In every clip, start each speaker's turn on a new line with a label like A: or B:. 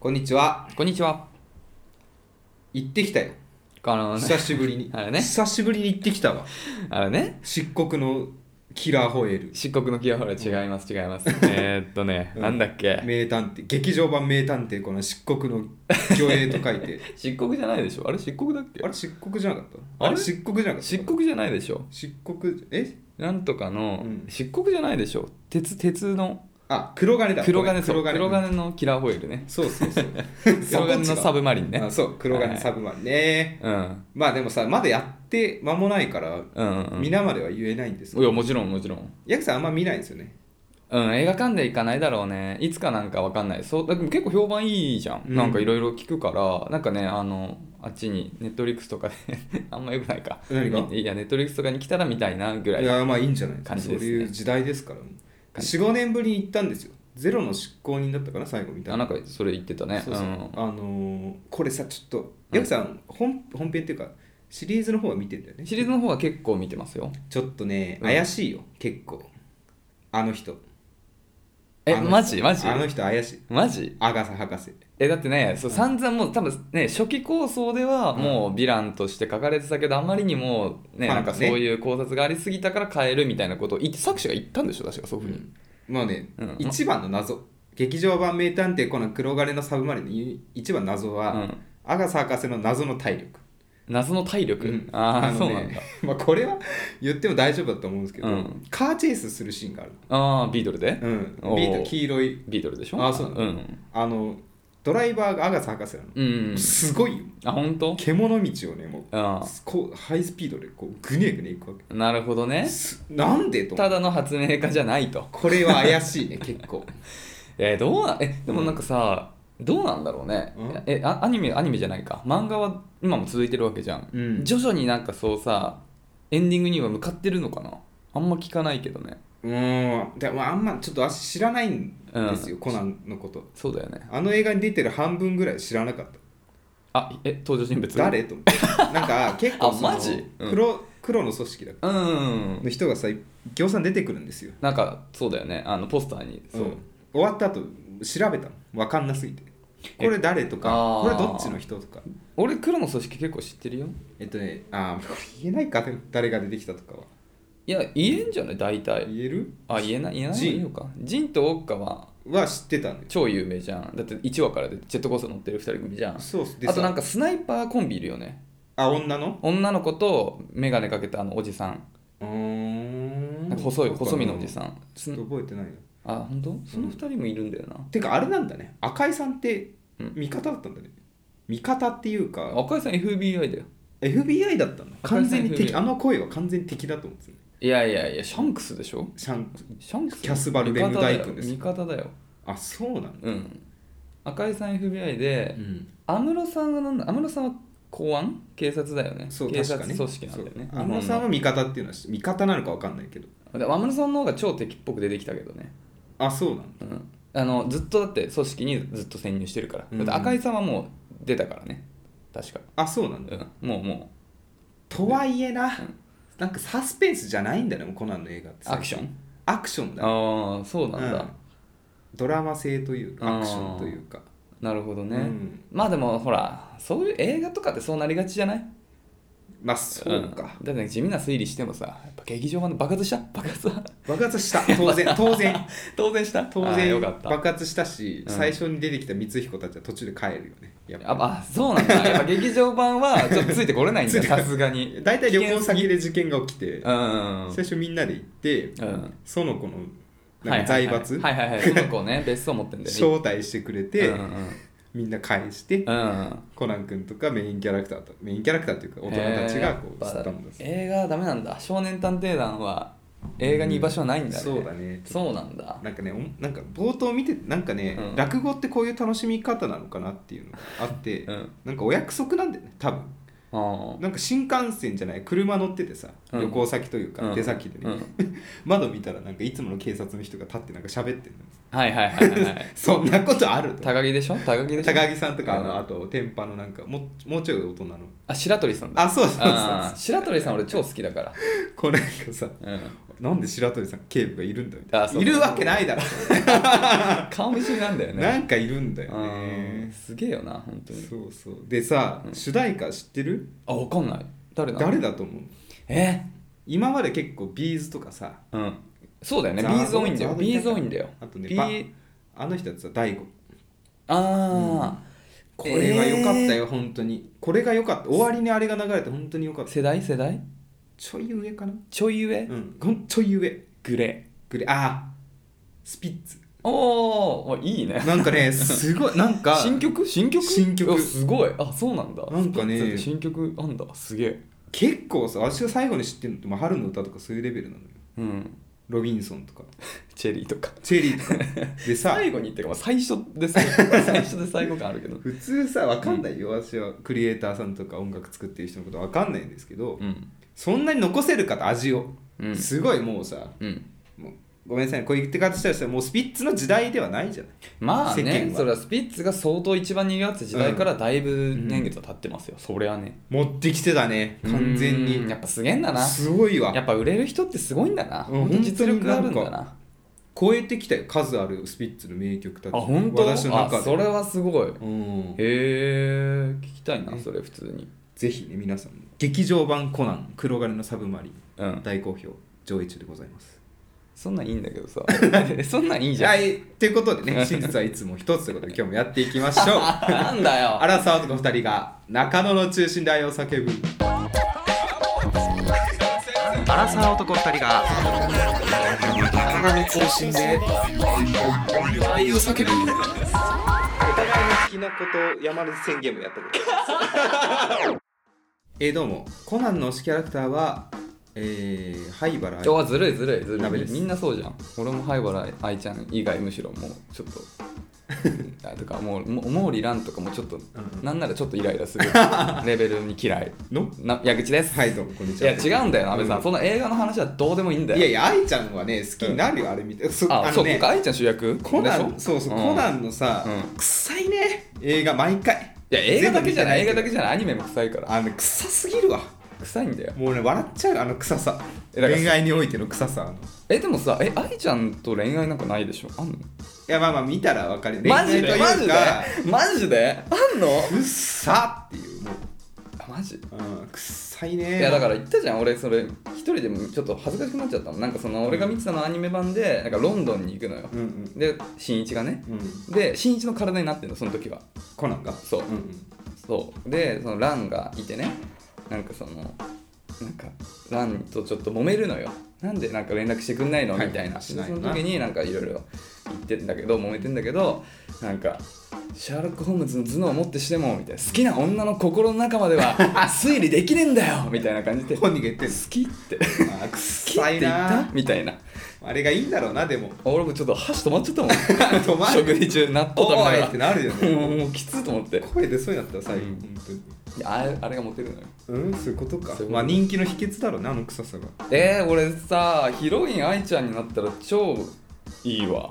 A: こんにちは。
B: こんにちは。
A: 行ってきたよ。
B: あのね
A: 久、しぶりに。
B: あれね
A: 久しぶりに行ってきたわ。
B: あれね、
A: 漆黒のキラーホエール。
B: 漆黒の木はほら違います、違い ます。えーっとね、
A: うん
B: なんだっけ、
A: 名探偵、劇場版名探偵、この漆黒の魚影と書いて。
B: 漆黒じゃないでしょあれ漆黒だっけ
A: あれ漆黒じゃなかった
B: あ
A: あ
B: れ
A: れ漆黒じゃなかった
B: 漆黒じゃないでしょ
A: 漆黒、え
B: なんとかの、
A: うん
B: 漆黒じゃないでしょ鉄、鉄の
A: あ、黒金だ。
B: 黒金
A: ご
B: そう
A: めん
B: 黒金のキラーホイールね。
A: そうそうそう。
B: 黒金のサブマリンね
A: あ。そう、黒金サブマリンね。
B: うん。
A: まあでもさ、まだやって間もないから、
B: うんうん、うん。い
A: 皆までは言えないんですけど
B: や、もちろん、もちろん。
A: ヤクさんあんま見ないんですよね。
B: うん、映画館で行かないだろうね。いつかなんかわかんない。そう、だから結構評判いいじゃん。
A: うん
B: なんかいろいろ聞くから、なんかね、あの、あっちに、ネットリックスとかで、 あんまよくないか。
A: 何が
B: いや、ネットリックスとかに来たら見たいな、ぐらい。
A: いやまあいいんじゃない
B: 感じですね
A: そういう時代ですから
B: じ
A: 45年ぶりに行ったんですよゼロの執行人だったかな最後みたい
B: あ、
A: な
B: なんかそれ言ってたね。
A: そうそう、
B: ん
A: あのーこれさちょっとヤクさん本本編っていうかシリーズの方は見てんだよね
B: シリーズの方は結構見てますよ。
A: ちょっとね
B: うん
A: 怪しいよ、結構あの人
B: え、
A: あの人
B: マジマジ
A: あの人怪しい
B: マジ
A: アガサ博士
B: え、だってね、そう
A: うん
B: 散々もう多分ね、初期構想では
A: うん
B: もうヴィランとして書かれてたけど、あまりにもね、
A: まあ
B: なんかそういう考察がありすぎたから変えるみたいなことを言って、作者が言ったんでしょ、確かそういうふうに。
A: まあね、
B: うん
A: 一番の謎劇場版名探偵コナン黒金のサブマリンのい一番の謎は、
B: うん
A: アガサ博士の謎の体力
B: 謎の体力、
A: うん
B: ああ、
A: の
B: そうなんだ
A: ね まあこれは言っても大丈夫だと思うんですけど、
B: うん
A: カーチェイスするシーンがある
B: ああビートルで、
A: の、うん、
B: おー
A: ビート黄色い
B: ビートルでしょ
A: あそうなんだ
B: ん
A: あのドライバーがアガサ博士なの、
B: うん、うん、
A: すごいよ
B: あ本当
A: 獣道をねもう
B: あ
A: こうハイスピードでこうグネグネいくわけ
B: あなるほどね
A: すなんでと思
B: た
A: う
B: だの発明家じゃないと
A: これは怪しいね結 構
B: えーどうなえでもなんかさ、どうなんだろうね
A: うん
B: えあアニメアニメじゃないか漫画は今も続いてるわけじゃん、
A: うん
B: 徐々になんかそうさエンディングには向かってるのかなあんま聞かないけどね
A: うーんでもあんまちょっと私知らないんですよ、
B: うん
A: コナンのこと
B: そうだよね
A: あの映画に出てる半分ぐらい知らなかった
B: あえ登場人物
A: 誰と思ってなんか結構
B: あ
A: その
B: マジうん
A: 黒黒の組織だ
B: うんうんう
A: の
B: ん
A: 人がさぎょうさん出てくるんですよ、
B: なんかそうだよねあのポスターにそう、
A: うん終わった後調べたの分かんなすぎてこれ誰とか
B: あー
A: これどっちの人とか
B: 俺黒の組織結構知ってるよ
A: えっとねあーこれ言えないかでも誰が出てきたとかはい
B: や言えんじゃない大体
A: 言える
B: あ言えない言えない
A: ジン
B: いいのかジンとオッカは
A: は知ってたんだよ
B: 超有名じゃんだって1話からでジェットコースター乗ってる2人組じゃん
A: そうっすで
B: あとなん
A: か
B: かスナイパーコンビいるよね
A: あ女の
B: 女の子と眼鏡かけたあのおじさん
A: うーん
B: なんか細い細身のおじさ
A: ん
B: ん
A: ち
B: す
A: ょっと
B: ん
A: 覚えてないよ
B: あ本当その2人もいるんだよな
A: てかあれなんだね赤井さんって
B: うん
A: 味方だったんだね味方っていうか
B: 赤井さん FBI だよ
A: FBI だったんだ
B: 赤井
A: 完
B: さん
A: 全に敵
B: FBI
A: あの声は完全に敵だと思うんですよね
B: いやいやいやシャンクスでしょ
A: シャンク
B: シャンクス
A: キャスバルレムダイ君です
B: 味方だよ
A: あそうなんだ
B: 味方だようん赤井さん FBI で
A: うん
B: 安室さんはなんだ安室さんは公安警察だよね
A: そう
B: 警
A: 確
B: 察
A: かね
B: 組織なんだよね
A: そう安室さんは味方っていうのは味方なのか分かんないけど
B: で安室さんの方が超敵っぽく出てきたけどね、
A: あそうなんだ
B: うん、あのずっとだって組織にずっと潜入してるから、
A: うん
B: だって赤井さんはもう出たからね確か、
A: あそうなんだ
B: うん、もうも
A: とはいえな、なんかサスペンスじゃないんだよねコナンの映画って
B: うアクショ
A: ン
B: ン
A: アクションだ
B: ああそうなんだ、
A: うんドラマ性というか
B: あー
A: アクションというか
B: なるほどね、
A: うん
B: まあでもほらそういう映画とかってそうなりがちじゃない
A: まあそうか、
B: んだって地味な推理してもさやっぱ劇場版で爆発した爆発は
A: 爆発した当 然当然
B: 当然した
A: 当
B: あーよ
A: 然
B: かった
A: 爆発したし、
B: うん
A: 最初に出てきた光彦たちは途中で帰るよねやっぱ
B: やっぱあそうなんだ やっぱ劇場版はちょっとついてこれないんだ
A: つい
B: よ
A: てこ
B: さ
A: れ
B: すがに
A: 大体旅行先で事件が起きて、
B: うんうんうん
A: 最初みんなで行って、
B: うん
A: 園子のな
B: は
A: いん
B: はい
A: か財閥、
B: はいはいはいその子ね別荘持ってんだよね
A: 招待してくれて、
B: うんうん
A: みんな返して、
B: うんうん
A: コナン君とかメインキャラクターとメインキャラクターというか大人たちがこう
B: え
A: 吸
B: ーや
A: っ
B: っぱ
A: たんです、
B: 映画はダメなんだ少年探偵団は映画に居場所はないんだね、
A: そうだね
B: そうなんだ
A: なんかねおんなんか冒頭見てなんかね、
B: うん
A: 落語ってこういう楽しみ方なのかなっていうのがあって、
B: うん
A: なんかお約束なんだよね多分
B: あー
A: なんか新幹線じゃない車乗っててさ、
B: うん
A: 旅行先というか、
B: うん
A: 出先でね、
B: う ん
A: 窓見たらなんかいつもの警察の人が立ってなんか喋ってる
B: はいはいはいはいはい
A: そんなことあると
B: 高木でしょ高木でしょ
A: 高木さんとかあの、
B: うん
A: あと天パのなんかもうもうちょい大人の
B: あ白鳥さんだ
A: あそうそうそう
B: あー白鳥さん俺超好きだから
A: これなんかさ
B: うん
A: なんで白鳥さん警部がいるんだみたい
B: あそ
A: な
B: う
A: いるわけないだろ
B: 顔見知りなんだよね
A: なんかいるんだよ
B: うん
A: ね
B: すげえよな本当に
A: そうそうでさ、
B: うん
A: 主題歌知ってる
B: あわかんない誰だ
A: 誰だと思う
B: え
A: 今まで結構ビーズとかさ
B: うんそうだよねビ
A: ザード
B: ーズ多いんだよ
A: ザード
B: ビーズ多いんだよ
A: あとね
B: ビ
A: バ
B: ー
A: あの人たちは大悟
B: あ
A: これは良かったよ、本当にこれが良かった終わりにあれが流れて本当に良かっ
B: あ
A: た
B: 世代世代
A: ちょい上かな
B: ちょい上、
A: うんほんちょい上
B: グレ
A: グレーあースピッツ
B: ーおーおいいね
A: なんか ねすごいなんか
B: 新曲新曲
A: 新曲
B: あすごいあそうなんだ
A: なんかね
B: スピッツって新曲あんだすげえ
A: 結構さ私が最後に知ってるのって、まあ、春の歌とかそういうレベルなのよ
B: うん
A: ロビンソンとか
B: チェリーとか
A: チェリーとかでさ
B: 最後にっていうかまあ最初 で最後最初で最後感あるけど
A: 普通さわかんないよ、私はクリエイターさんとか音楽作ってる人のことわかんないんですけど、
B: うん
A: そんなに残せるかと味を、
B: うん
A: すごいもうさ
B: うん
A: もうごめんなさいねこう言って方したらさもうスピッツの時代ではないじゃない
B: まあ
A: 世間
B: ね
A: は
B: それはスピッツが相当一番賑わってた時代からだいぶ年月は経ってますよ、それはね
A: 持ってきてたね完全
B: うん
A: に
B: やっぱすげえんだな
A: すごいわ
B: やっぱ売れる人ってすごいんだな、
A: うん
B: 本当実力がある
A: 本
B: んだ
A: 当に
B: な
A: な超えてきたよ数あるスピッツの名曲たち
B: あ本当
A: 私の中
B: あ
A: で
B: それはすごいへ
A: うん
B: え聞きたいな
A: ね
B: それ普通に
A: ぜひね皆さんも劇場版コナン黒金のサブマリン
B: うん
A: 大好評上映中でございます
B: そんなんいいんだけどさ そんなんいいじゃん
A: はいということでね真実はいつも一つということで今日もやっていきまし ょう
B: なんだよ
A: アラサー男2人が中野の中心で愛を叫ぶアラサー男2人が中野の中心で愛を叫ぶお互いの好きなことを山根宣言もやったことです えーどうもコナンの推しキャラクターはえー、灰原
B: 今日はずるいずるいず
A: 鍋で
B: るい
A: す
B: みんなそうじゃん俺も灰原愛ちゃん以外むしろもう ちょっとあとかもうもう毛利蘭とかもちょっと
A: んうん
B: なんならちょっとイライラ するレベルに嫌い
A: の
B: な矢口です、
A: はいどうもこんにち
B: い
A: は
B: や違うんだよな阿部さん、
A: うん
B: その映画の話はどうでもいいんだよ
A: いやいや愛ちゃんはね好きになるよ、あれ見てそ
B: あそう
A: ね
B: 僕愛ちゃん主役
A: コナ
B: で
A: ン
B: しょ
A: そうそう、
B: ん
A: コナンのさ、
B: うん
A: 臭いね映画毎回
B: いや映画だけじゃない映
A: 全部見て
B: 画だけじゃないアニメも臭いから
A: あの臭すぎるわ
B: 臭いんだよ
A: もうね笑っちゃうあの臭さ
B: えだから
A: 恋愛においての臭さあのい
B: えでもさえ愛ちゃんと恋愛なんかないでしょあんの
A: やまあまあ見たらわかる恋
B: マ
A: 愛
B: ジ
A: とい
B: で
A: う
B: マジで
A: か
B: マジであんの
A: うっさっていうもう
B: あマジ、
A: うん、臭いね
B: いやだからら言ったじゃん俺それ一人でもちょっと恥ずかしくなっちゃったのなんかその俺が見てたのアニメ版でなんかロンドンに行くのよ
A: うんうん
B: で新一がね
A: うん
B: で新一の体になってんのその時は
A: コナンが
B: そう
A: うんうん
B: そうでそのランがいてねなんかそのなんかランとちょっと揉めるのよなんでなんか連絡してくんないの
A: はい
B: みたいな,、
A: しない
B: そ
A: よ
B: の
A: な
B: 時になんかいろいろ言ってんだけど揉めてんだけどなんかシャーロック・ホームズの頭脳をもってしてもみたいな好きな女の心の中まで は推理できねえんだよみたいな感じで好
A: 本人が言ってる
B: きって
A: あー
B: 好きっ
A: 臭
B: て
A: い
B: 言った
A: な
B: みたいな
A: あれがいいんだろうなでも
B: 俺もちょっと箸止まっちゃ ったもん
A: 止まる
B: 食事中納豆食べ
A: お
B: ないが
A: ってなるよ
B: ら
A: ね
B: もうもうきつーと思って
A: 声出そうになったら最後、
B: うん
A: 本当に
B: いやあれあれがモテるのよ
A: うんそういうことか
B: そういうこと
A: まあ人気の秘訣だろうなあの臭さが
B: えー、俺さヒロイン愛ちゃんになったら超いいわ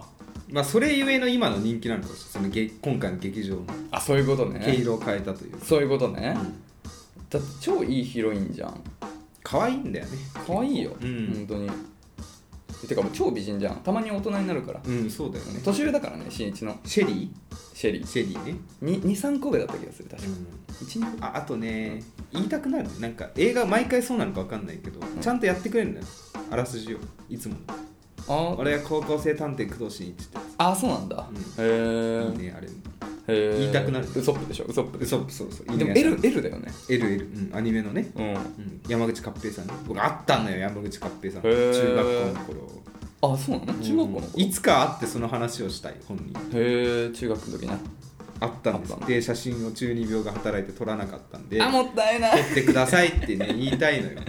A: まあそれゆえの今の人気なのかもしれないそのげ今回の劇場の
B: あそういうこと
A: 毛
B: ね
A: 色を変えたという
B: そういうことね、
A: うん
B: だって超いいヒロインじゃん
A: 可愛いんだよね
B: 可愛いよ、
A: うん
B: 本当にてかもう超美人じゃんたまに大人になるから、
A: うんそうだよね
B: 年上だからね新一の
A: シェリ
B: シェリ
A: ー
B: ー
A: シェリーね、
B: 23個上だった気がする確か12個
A: ああとね言いたくなるねなんか映画毎回そうなのか分かんないけど、
B: ん
A: ちゃんとやってくれるんだよあらすじをいつも
B: あー
A: 俺は高校生探偵工藤新一って
B: あそうなんだ、
A: うん
B: へえ
A: いいねあれ
B: へえ
A: 言いたくなる
B: ウソップでしょウソップでし
A: そうそうそう
B: ょ
A: いい
B: でも
A: ね
B: L, L だよね
A: LL、うん、アニメのね、
B: うん
A: うん、山口勝平さんね僕あったんだよ山口勝平さん
B: へー
A: 中学校の頃
B: あそうなの中学校の頃、
A: いつか会ってその話をしたい本人
B: へえ中学の時な
A: あったんです
B: あった
A: で写真を中二病が働いて撮らなかったんで撮
B: あもったいない
A: ってくださいってね言いたいのよい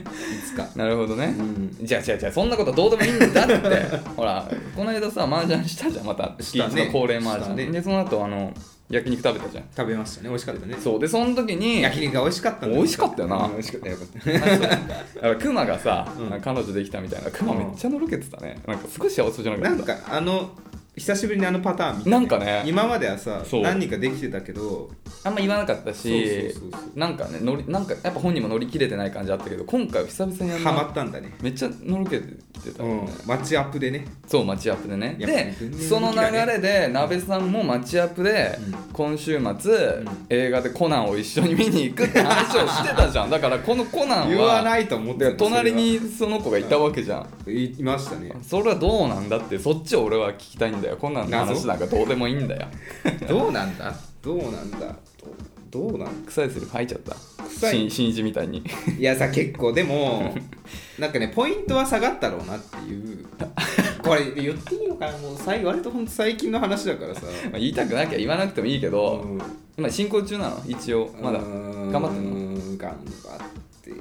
A: つか
B: なるほどね、
A: うん
B: じゃあ違う違うそんなことどうでもいいんだって ほらこの間さ麻雀したじゃんまた
A: したね
B: 月一の恒例麻
A: した
B: 雀、
A: ね
B: でその後あの焼肉食べたじゃん
A: 食べましたね美味しかったね
B: そうでその時に
A: 焼肉が美味しかったんだ
B: 美味しかったよな
A: うん美味しかったよかった
B: クマがさ、
A: うん
B: 彼女できたみたいなクマめっちゃのろけてたねなんか少し幸せじゃなか
A: な
B: った
A: んかあの久しぶりにあのパターン見た
B: なんかね
A: 今まではさ
B: そう
A: 何人かできてたけど
B: あんま言わなかったし
A: そうそうそうそ
B: なんかね乗りなんかやっぱ本人も乗り切れてない感じあったけど今回は久々にあんな
A: ハマったんだね
B: めっちゃのろけてきてた
A: う
B: よ
A: ん
B: ね、
A: マッチアップでね
B: そうマッチアップでね
A: やっぱ全
B: で
A: 然
B: その流れで鍋さんもマッチアップで、
A: うん
B: 今週末、
A: ん
B: 映画でコナンを一緒に見に行くって話をしてた じゃんだからこのコナン
A: 言わ
B: は
A: ないと思って
B: で
A: た
B: 隣にその子がいたわけじゃん
A: それはいま したね
B: それはどうなんだってそっちを俺は聞きたいんだよコナンの話
A: 謎
B: なんかどうでもいいんだよ
A: どうなんだどうなんだどどうなんだ
B: 臭いセリフ吐いちゃった
A: 臭い
B: し新一みたいに
A: いやさ結構で もなんかねポイントは下がったろうなっていうこれ言っていいのかなもう最割とほんと最近の話だからさ
B: まあ言いたくなきゃ言わなくてもいいけど、
A: うん
B: 今進行中なの一応まだ頑張ってんの
A: うーん頑張ってる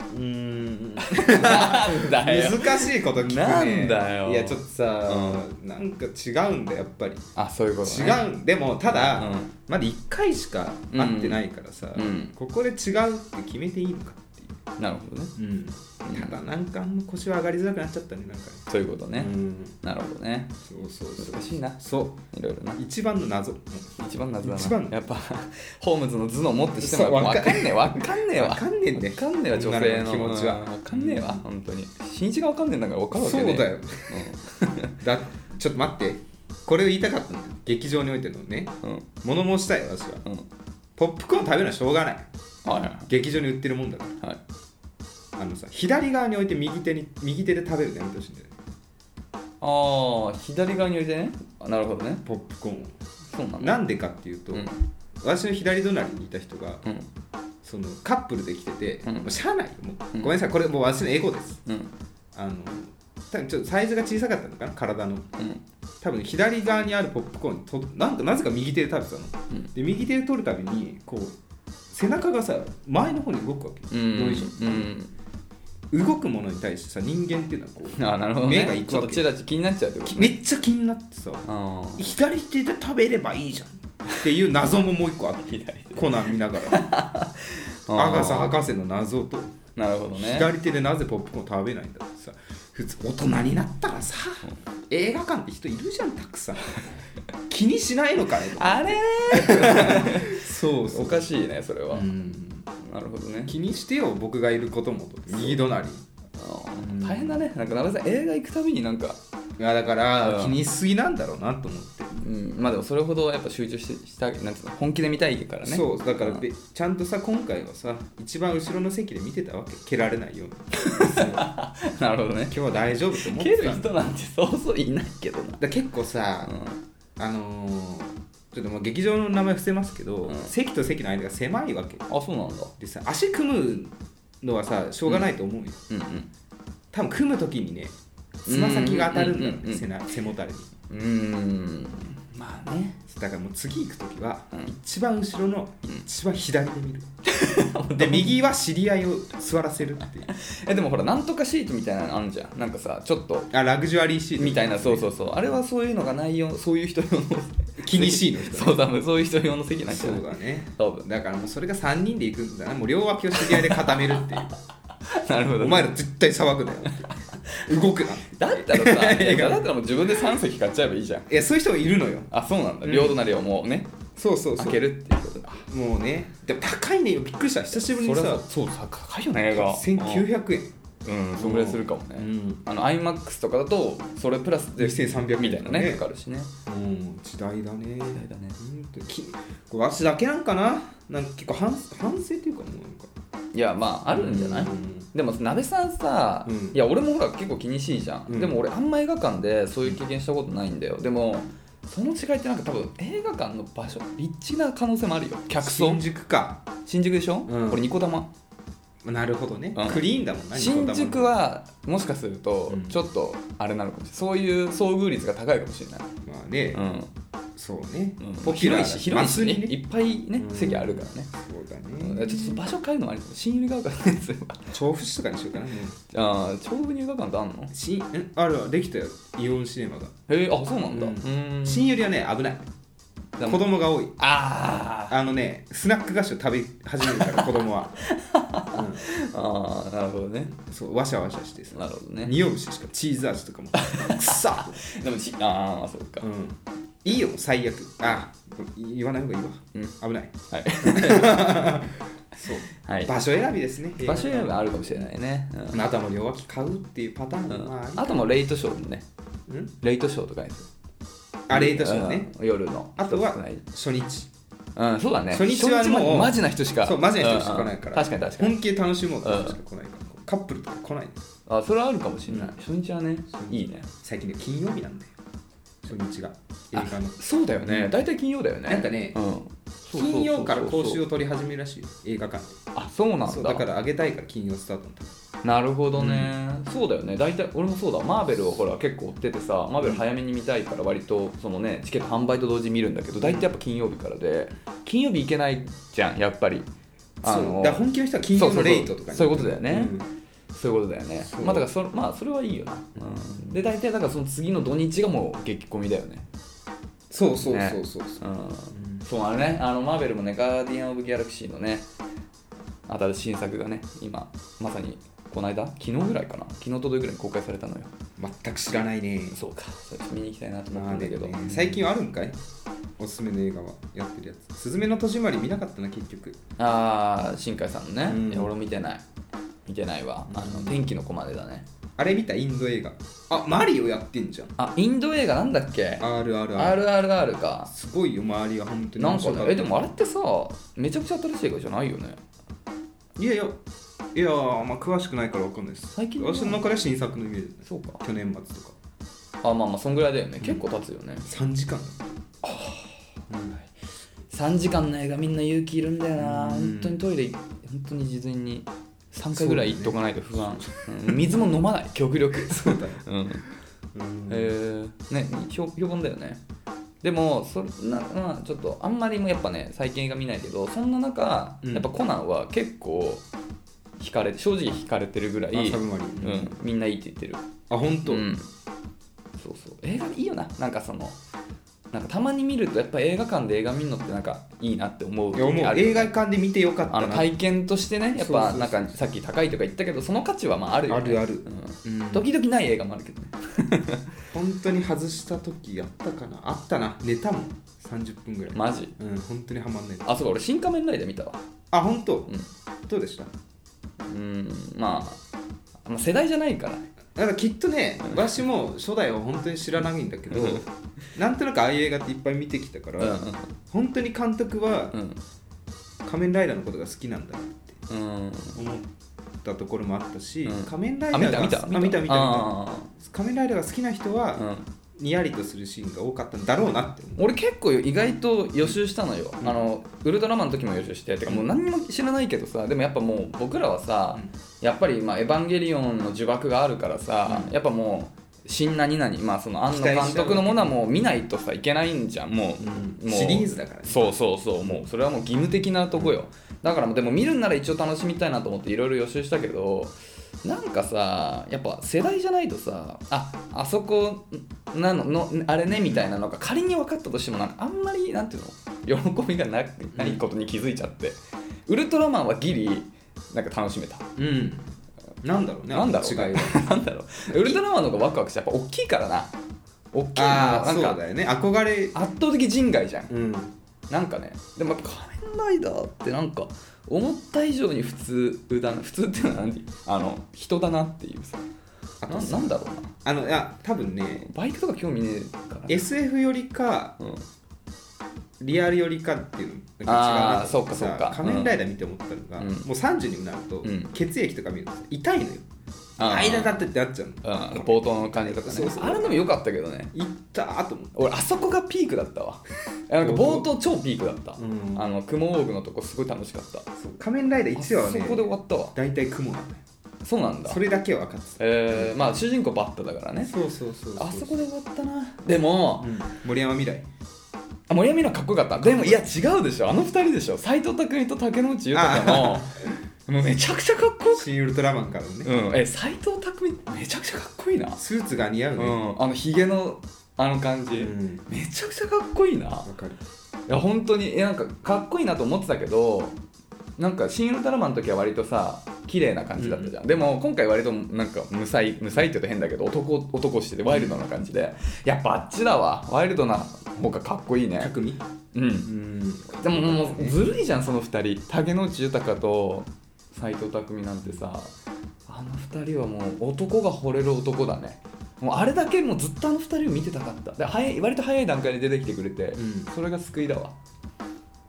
A: うーん
B: なんだよ
A: 難しいこと聞くね
B: なんだよ
A: いやちょっとさ、なんか違うんだやっぱり
B: あそういうこと、ね、
A: 違うんでもただ、
B: うん
A: まだ1回しか会ってないからさ、
B: うん
A: ここで違うって決めていいのかっていう
B: なるほどね
A: うん、ただなんかあんま腰は上がりづらくなっちゃったねなんか
B: そういうことね
A: ね、うん、
B: なるほどね
A: そうそうそう
B: 難しいな
A: そ
B: いろいろな
A: う一番の謎
B: 一番謎だな
A: 一番
B: やっぱホームズの頭脳持ってして
A: そう
B: も
A: わかん
B: 分かんねえ分かんねえわ
A: わかんねえんだよ
B: わかんねえわ女性の
A: 女の子の気持ちは
B: 分かんねえわ本当に新一が分かんねえんだから分かるわけねえ
A: そうだよだちょっと待ってこれを言いたかったんだよ劇場においてのね
B: うんうん
A: 物申したい私は
B: うん
A: ポップコーン食べるのはしょうがない
B: はいは
A: 劇場に売ってるもんだか
B: いはい
A: らあのさ左側に置いて右手に右手で食べるのやめてほしいんだよね
B: ああ左側に置いてねあなるほどね
A: ポップコーンを
B: そうなんだ
A: なんでかっていうと、
B: うん
A: 私の左隣にいた人が
B: うん
A: そのカップルで来てて、
B: うん
A: もうしゃあないよもう、
B: うん
A: ごめんなさいこれもう私のエゴです
B: うん
A: あの多分ちょっとサイズが小さかったのかな体の
B: うん
A: 多分左側にあるポップコーンとなんかなぜか右手で食べてたの
B: うん
A: で右手で取るたびにこう背中がさ前の方に動くわけ、
B: うん
A: よいし
B: うん
A: ょ動くものに対してさ人間っていうのはこう
B: あーなるほどね
A: 目が行く
B: ちょ
A: わ
B: っ
A: け
B: とチラチラ気になっちゃうってこと
A: き
B: ね
A: めっちゃ気になってさ
B: ああ
A: 左手で食べればいいじゃんっていう謎ももう一個あって
B: 左
A: コナン見ながらアガサ博士の謎と
B: なるほどね
A: 左手でなぜポップコーン食べないんだってさ普通大人になったらさ映画館って人いるじゃんたくさん 気にしないのかねと
B: あれ
A: そうそ
B: お
A: う
B: かしいねそれは、
A: うん
B: なるほどね
A: 気にしてよ僕がいることもと右隣
B: あー
A: うん
B: 大変だねなんか鍋さん映画行くたびになんか、
A: いやだか
B: うん
A: ら気にしすぎなんだろうなと思って、
B: うん、まあでもそれほどやっぱ集中してしたなんつうの本気で見たいからね
A: そうだから
B: ん
A: べちゃんとさ今回はさ一番後ろの席で見てたわけ蹴られないよ うに
B: なるほどね
A: 今日は大丈夫と思っ
B: 蹴
A: てた
B: る
A: んだだか
B: 人なんてそうそういないけどな
A: ら結構さ、あのーちょっともう劇場の名前伏せますけど、
B: うん
A: 席と席の間が狭いわけ
B: あそうなんだ
A: でさ足組むのはさしょうがないと思うよ、
B: う
A: 多分組む時にねつま先が当たるんだよ
B: うんうんうんう
A: ね
B: ん
A: 背な背もたれに
B: んうんうんまあね
A: だからもう次行く時は、
B: うん
A: 一番後ろの一番左で見る、で
B: で
A: 右は知り合いを座らせるっていう
B: えでもほらなんとかシートみたいなのあんじゃんなんかさちょっと
A: あラグジュアリーシート
B: みたいなそうそうそうあれはそういうのがないよそういう人用の
A: 気にしいの人
B: そう多分そういう人用の席なんじ
A: そ
B: ゃないう
A: だね
B: 多分
A: だからもうそれが3人で行くんだなもう両脇を知り合いで固めるっていう
B: なるほどね
A: お前ら絶対騒ぐなよって動くなって
B: だったら さ
A: 映画
B: だったらもう自分で3席買っちゃえばいいじゃん
A: いやそういう人もいるのよ
B: あそうなんだ、
A: うん
B: 両隣をもうね
A: そうそうそう
B: 開けるっていうことだ
A: もうねでも高いねびっくりした久しぶりに
B: それ
A: さ
B: はそう高いよね映画
A: 1900円
B: うんそんぐらいするかもね、
A: うん
B: あの IMAX とかだとそれプラスで
A: 2300円
B: みたいなね
A: ね
B: かかるしね
A: うん時代だね
B: 時代だね
A: うんときこれ私だけなんかななんか結構反反省っていうかもうなんか
B: いやまああるんじゃない、
A: うん
B: でも鍋さんさ、
A: うん
B: いや俺もほら結構気にしいじゃん、
A: うん
B: でも俺あんま映画館でそういう経験したことないんだよでもその違いってなんか多分映画館の場所立地な可能性もあるよ客層
A: 新宿か
B: 新宿でしょ、
A: うん
B: これニコ玉
A: なるほどね、
B: うん
A: クリーンだもんな
B: 新宿はもしかすると
A: うん
B: ちょっとあれなのかもしれないそういう遭遇率が高いかもしれない、
A: ニコ玉まあね、
B: うん
A: そうね、
B: うん、
A: ポピュラーだね
B: 広いし広いし、
A: 祭
B: ね、
A: りね
B: いっぱいね
A: うん
B: 席あるからね、
A: そうだ
B: うん
A: ね
B: ちょっと場所変えるのもありそう新入りが 丘ですよ
A: 調布市とかにしようかなもう
B: ああ調布入学館ってあんの
A: しんあるわできたよイオンシネマが、
B: へえあそうなんだ
A: うん
B: ーん
A: 新よりはね危ない
B: でも
A: 子供が多い
B: あー
A: あのねスナック菓子を食べ始めるから子供 は、
B: あーなるほどね
A: うん、そうわしゃわしゃして
B: な
A: さ
B: るほどね
A: 匂うししかチーズ味とかもくっさ
B: でもちああそうか、
A: うんいいよ最悪あ言わない方がいいわ、
B: うん
A: 危ない
B: はい、
A: そう、
B: はい、
A: 場所選びですね
B: 場所選びあるかもしれないね、うん
A: あとはもう両脇買うっていうパターン
B: うん
A: もまああり
B: あともうレイトショーもね
A: うん
B: レイトショーとかです
A: あレイトショーね、
B: うん夜の
A: あとは
B: 少ない
A: 初日
B: うんそうだね
A: 初日はもう
B: マジな人しか
A: そうマジな人しか来ないから、
B: うんうん確かに確かに
A: 本気で楽しもうとしか来ないから、カップルとか来ない
B: あそれはあるかもしれない、
A: うん
B: 初日はねいいね
A: 最近ね金曜日なんだよ初日が映
B: あ
A: 画の
B: そうだよ
A: う
B: ね
A: ん
B: 大体金曜だよね
A: なんかね
B: うんそうそうそうそう
A: 金曜から講習を取り始めるらしいよ映画館
B: あそうなんだ
A: そうだからあげたいから金曜スタートなんだ
B: なるほどね、そうだよね大体俺もそうだマーベルをほら結構追っててさマーベル早めに見たいから割とそのねチケット販売と同時に見るんだけど大体やっぱ金曜日からで金曜日行けないじゃんやっぱりあ
A: そう
B: の
A: だから本気の人は金曜のレイトとかに
B: そうそうそうそういうことだよね
A: うん
B: そういうことだよね
A: そう
B: まあだからそれまあそれはいいよな、うん、で大体だからその次の土日がもう激混みだよね
A: そうそうそうそうそう
B: うんそうあのねあのマーベルもねガーディアン・オブ・ギャラクシーのね新しい新作がね今まさにこの間昨日ぐらいかな昨日届くぐらいに公開されたのよ
A: 全く知らないね
B: そうかそれちょっと見に行きたいなと思っ
A: ま
B: て
A: あ
B: んだ
A: だ
B: け
A: け
B: ど、
A: ど最近はあるんかいおすすめの映画はやってるやつ「すずめの戸締まり」見なかったな結局
B: ああ新海さんのね、
A: うん
B: いや俺も見てない見てないわあの天気の子までだね
A: あれ見たインド映画あマリオやってんじゃん
B: あインド映画なんだっけ
A: RRR
B: RRR か
A: すごいよ周りは本当に
B: なんかねえでもあ
A: れ
B: れってさめちゃくちゃ新しい映画じゃないよね
A: いやいやいやーまあ詳しくないからわかんないです
B: 最近の
A: 私の中では新作のイメージです
B: そうか
A: 去年末とか
B: あまあまあそんぐらいだよね結構経つよね、
A: 3時間
B: 3時間の映画みんな勇気いるんだよな、
A: うん
B: 本当にトイレ本当に事前に3回ぐらい行っとかないと不安、うん水も飲まない極 力
A: そうだよ
B: うん
A: うん
B: えーね評評判だよねでもそれな、まあ、ちょっとあんまりもやっぱね最近映画見ないけどそんな中、
A: うん
B: やっぱコナンは結構惹かれ正直惹かれてるぐら
A: あ
B: い、
A: サブ
B: う
A: マリン、
B: ん、みんないいって言ってる
A: あ本当、
B: うん、そうそう映画いいよななんかそのなんかたまに見るとやっぱ映画館で映画見るのってなんかいいなって思う
A: いや
B: 時
A: も
B: あ
A: う
B: るよね
A: 映画館で見てよかった
B: あ
A: な
B: の体験としてねやっぱ
A: そう
B: な
A: そ
B: ん
A: うそう
B: かさっき高いとか言ったけどその価値はまああるよね
A: あるある
B: うん
A: うん
B: 時々ない映画もあるけどね
A: 本当に外した時やったかなあったな寝たもん30分ぐらい、
B: マジ
A: うん本当にはまんない
B: あそうか俺新仮面ライダー見たわ
A: あ本当
B: う
A: どうでした
B: ん、うん、まあまあ世代じゃないからね
A: だからきっとね私も初代は本当に知らないんだけど
B: うん
A: なんとなくああいう映画っていっぱい見てきたか
B: うんうん
A: ら、本当に監督は
B: うん
A: 仮面ライダーのことが好きなんだなって
B: うん
A: 思ったところもあったし、
B: うん
A: 仮面ライダ
B: あ
A: ー
B: 見
A: が
B: た見た
A: あ見た見た
B: あ
A: 仮面ライダーが好きな人
B: あう
A: は
B: ん
A: ニヤリとするシーンが多かったんだろうなって思う
B: 俺結構意外と予習したのよ、
A: うん
B: あのウルトラマンの時も予習しててかもう何にも知らないけどさでもやっぱもう僕らはさ、
A: うん
B: やっぱりまあエヴァンゲリオンの呪縛があるからさ、
A: う
B: やっぱもう新何々まあその庵野
A: 期
B: 監
A: 待しちゃう
B: 督のものはもう見ないとさいけないんじゃんもう,、
A: うん
B: もう
A: シリーズだからね
B: そうそうそうもうそれはもう義務的なとこよ、だからもうでも見るんなら一応楽しみたいなと思っていろいろ予習したけどなんかさやっぱ世代じゃないとさああそこなののあれねみたいなのが仮に分かったとしてもなんかあんまりなんていうの喜びがなないことに気づいちゃってウルトラマンはギリなんか楽しめた
A: うんなんだろうね
B: なんだろう
A: 違いは
B: ね なんだろうウルトラマンの方がワクワクしてやっぱ大きいからな大きい
A: あ
B: な
A: あ
B: な
A: そ
B: ん
A: う
B: か
A: だよね憧れ
B: 圧倒的人外じゃん
A: うん
B: なんかねでもやっぱ仮面ライダーってなんか思った以上に普通だな普通っていうのは何あの人だなっていうさ
A: あ
B: な
A: と
B: なんだろうな
A: あのいや多分ね
B: バイクとか興味ねえから
A: SF よりか
B: うん、
A: リアルよりかっていうの
B: あーそうかそうか
A: 仮面ライダー見て思ったのが、
B: うん
A: もう30になると、
B: うん
A: 血液とか見ると痛いのよ
B: あー
A: 間だってってなっちゃうの
B: うん、冒頭の感じとかね
A: そうそう
B: あれでも良かったけどね
A: いったーと思って
B: 俺あそこがピークだった わなんか冒頭超ピークだった、
A: うん
B: あの雲王具のとこすごい楽しかった
A: そう仮面ライダー1話は
B: あそこで終
A: ね
B: わったわ
A: 大体雲なんだよ
B: そうなんだ
A: それだけは分かってた
B: えーまあ主人公バッタだからね
A: そうそうそうう
B: あそこで終わったなでも、
A: うん森山未来
B: あ森山未来かっこよかったでもいや違うでしょあの二人でしょ斎藤工と竹野内豊の もうめちゃくちゃかっこよく
A: 新ウルトラマンからのね、
B: うんえ斎藤工めちゃくちゃかっこいいな
A: スーツが似合う
B: う
A: ね
B: んあのひげのあの感じ、
A: うんわ、
B: めちゃくちゃかっこいいな
A: かる
B: いや本当にえなんかかっこいいなと思ってたけどなんか「シン・ウルトラマン」の時は割とさ綺麗な感じだったじゃん、でも今回割となんか無才無才って言うと変だけど男男しててワイルドな感じでやっぱあっちだわワイルドな方がかっこいいね
A: 匠
B: うん
A: ん
B: でももうずるいじゃんその2人竹野内豊と斎藤工なんてさあの2人はもう男が惚れる男だねもうあれだけもうずっとあの2人を見てたかったで早い割と早い段階で出てきてくれて、
A: ん
B: それが救いだわ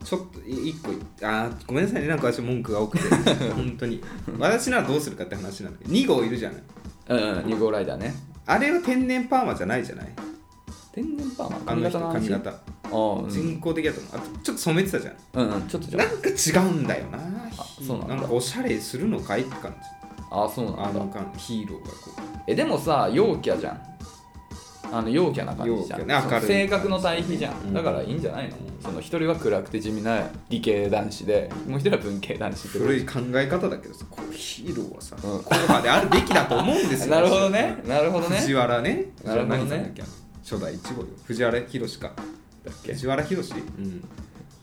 A: ちょっとい一個あーごめんなさいねなんか私文句が多くて 本当に私ならどうするかって話なんだけど2号いるじゃない
B: うん2号ライダーね
A: あれは天然パーマじゃないじゃない
B: 天然パーマ
A: あ
B: 髪
A: の
B: 型
A: 人
B: の
A: 髪
B: 話
A: 型
B: ああうん
A: 人工的だと思うあとちょっと染めてたじゃん
B: うんうんちょっとじゃ
A: なんか違うんだよな
B: そうなんだ
A: かおしゃれするのかいって感じ
B: ああそうな
A: あ
B: んだ
A: の感ヒーローがこう
B: えでもさ陽キャじゃんあの陽キャな感じじゃん、
A: 陽キャね明るい
B: その性格の対比じゃん、
A: うん
B: だからいいんじゃないの
A: うん
B: その一人は暗くて地味な理系男子でもう一人は文系男子って
A: 古い考え方だけどさこうヒーローはさ、
B: うん
A: コーナーであるべきだと思うんですよ
B: なるほどねなるほどね
A: 藤原ね
B: なるほどね
A: 藤原何さんだっけ初代一号よ藤原宏か
B: だっけ
A: 藤原宏うん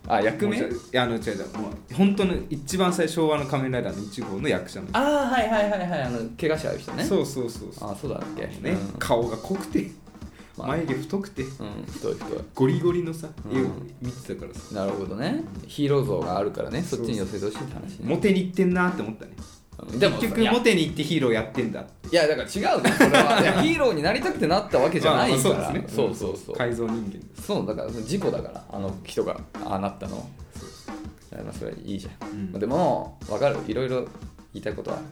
B: あ役
A: もう
B: 名
A: じゃいやあの違う違うもう本当の一番最初昭和の仮面ライダーの一号の役者の人
B: ああはいはいはいはいあの怪我しちゃう人ね
A: そうそうそうそ
B: あそうだっけ
A: うね、
B: うん
A: 顔が濃くて
B: まあ
A: 眉毛太くて
B: うん、太い太い
A: ゴリゴリのさ
B: うん
A: 絵を見てたからさ、
B: なるほどねヒーロー像があるからねそっちに寄せてほしいって話ね
A: モテに行ってんなって思ったね
B: うんでも
A: 結
B: い
A: 局
B: や
A: モテに行ってヒーローやってんだ
B: いやだから違うねそれはいやヒーローになりたくてなったわけじゃないから、
A: まあまあそうですね
B: そうそうそう、
A: 改造人間です
B: そうだからその事故だからあの人がああなったのいやまあそれはいいじゃん、
A: うん
B: まあでも分かるいろいろ言いたいことはある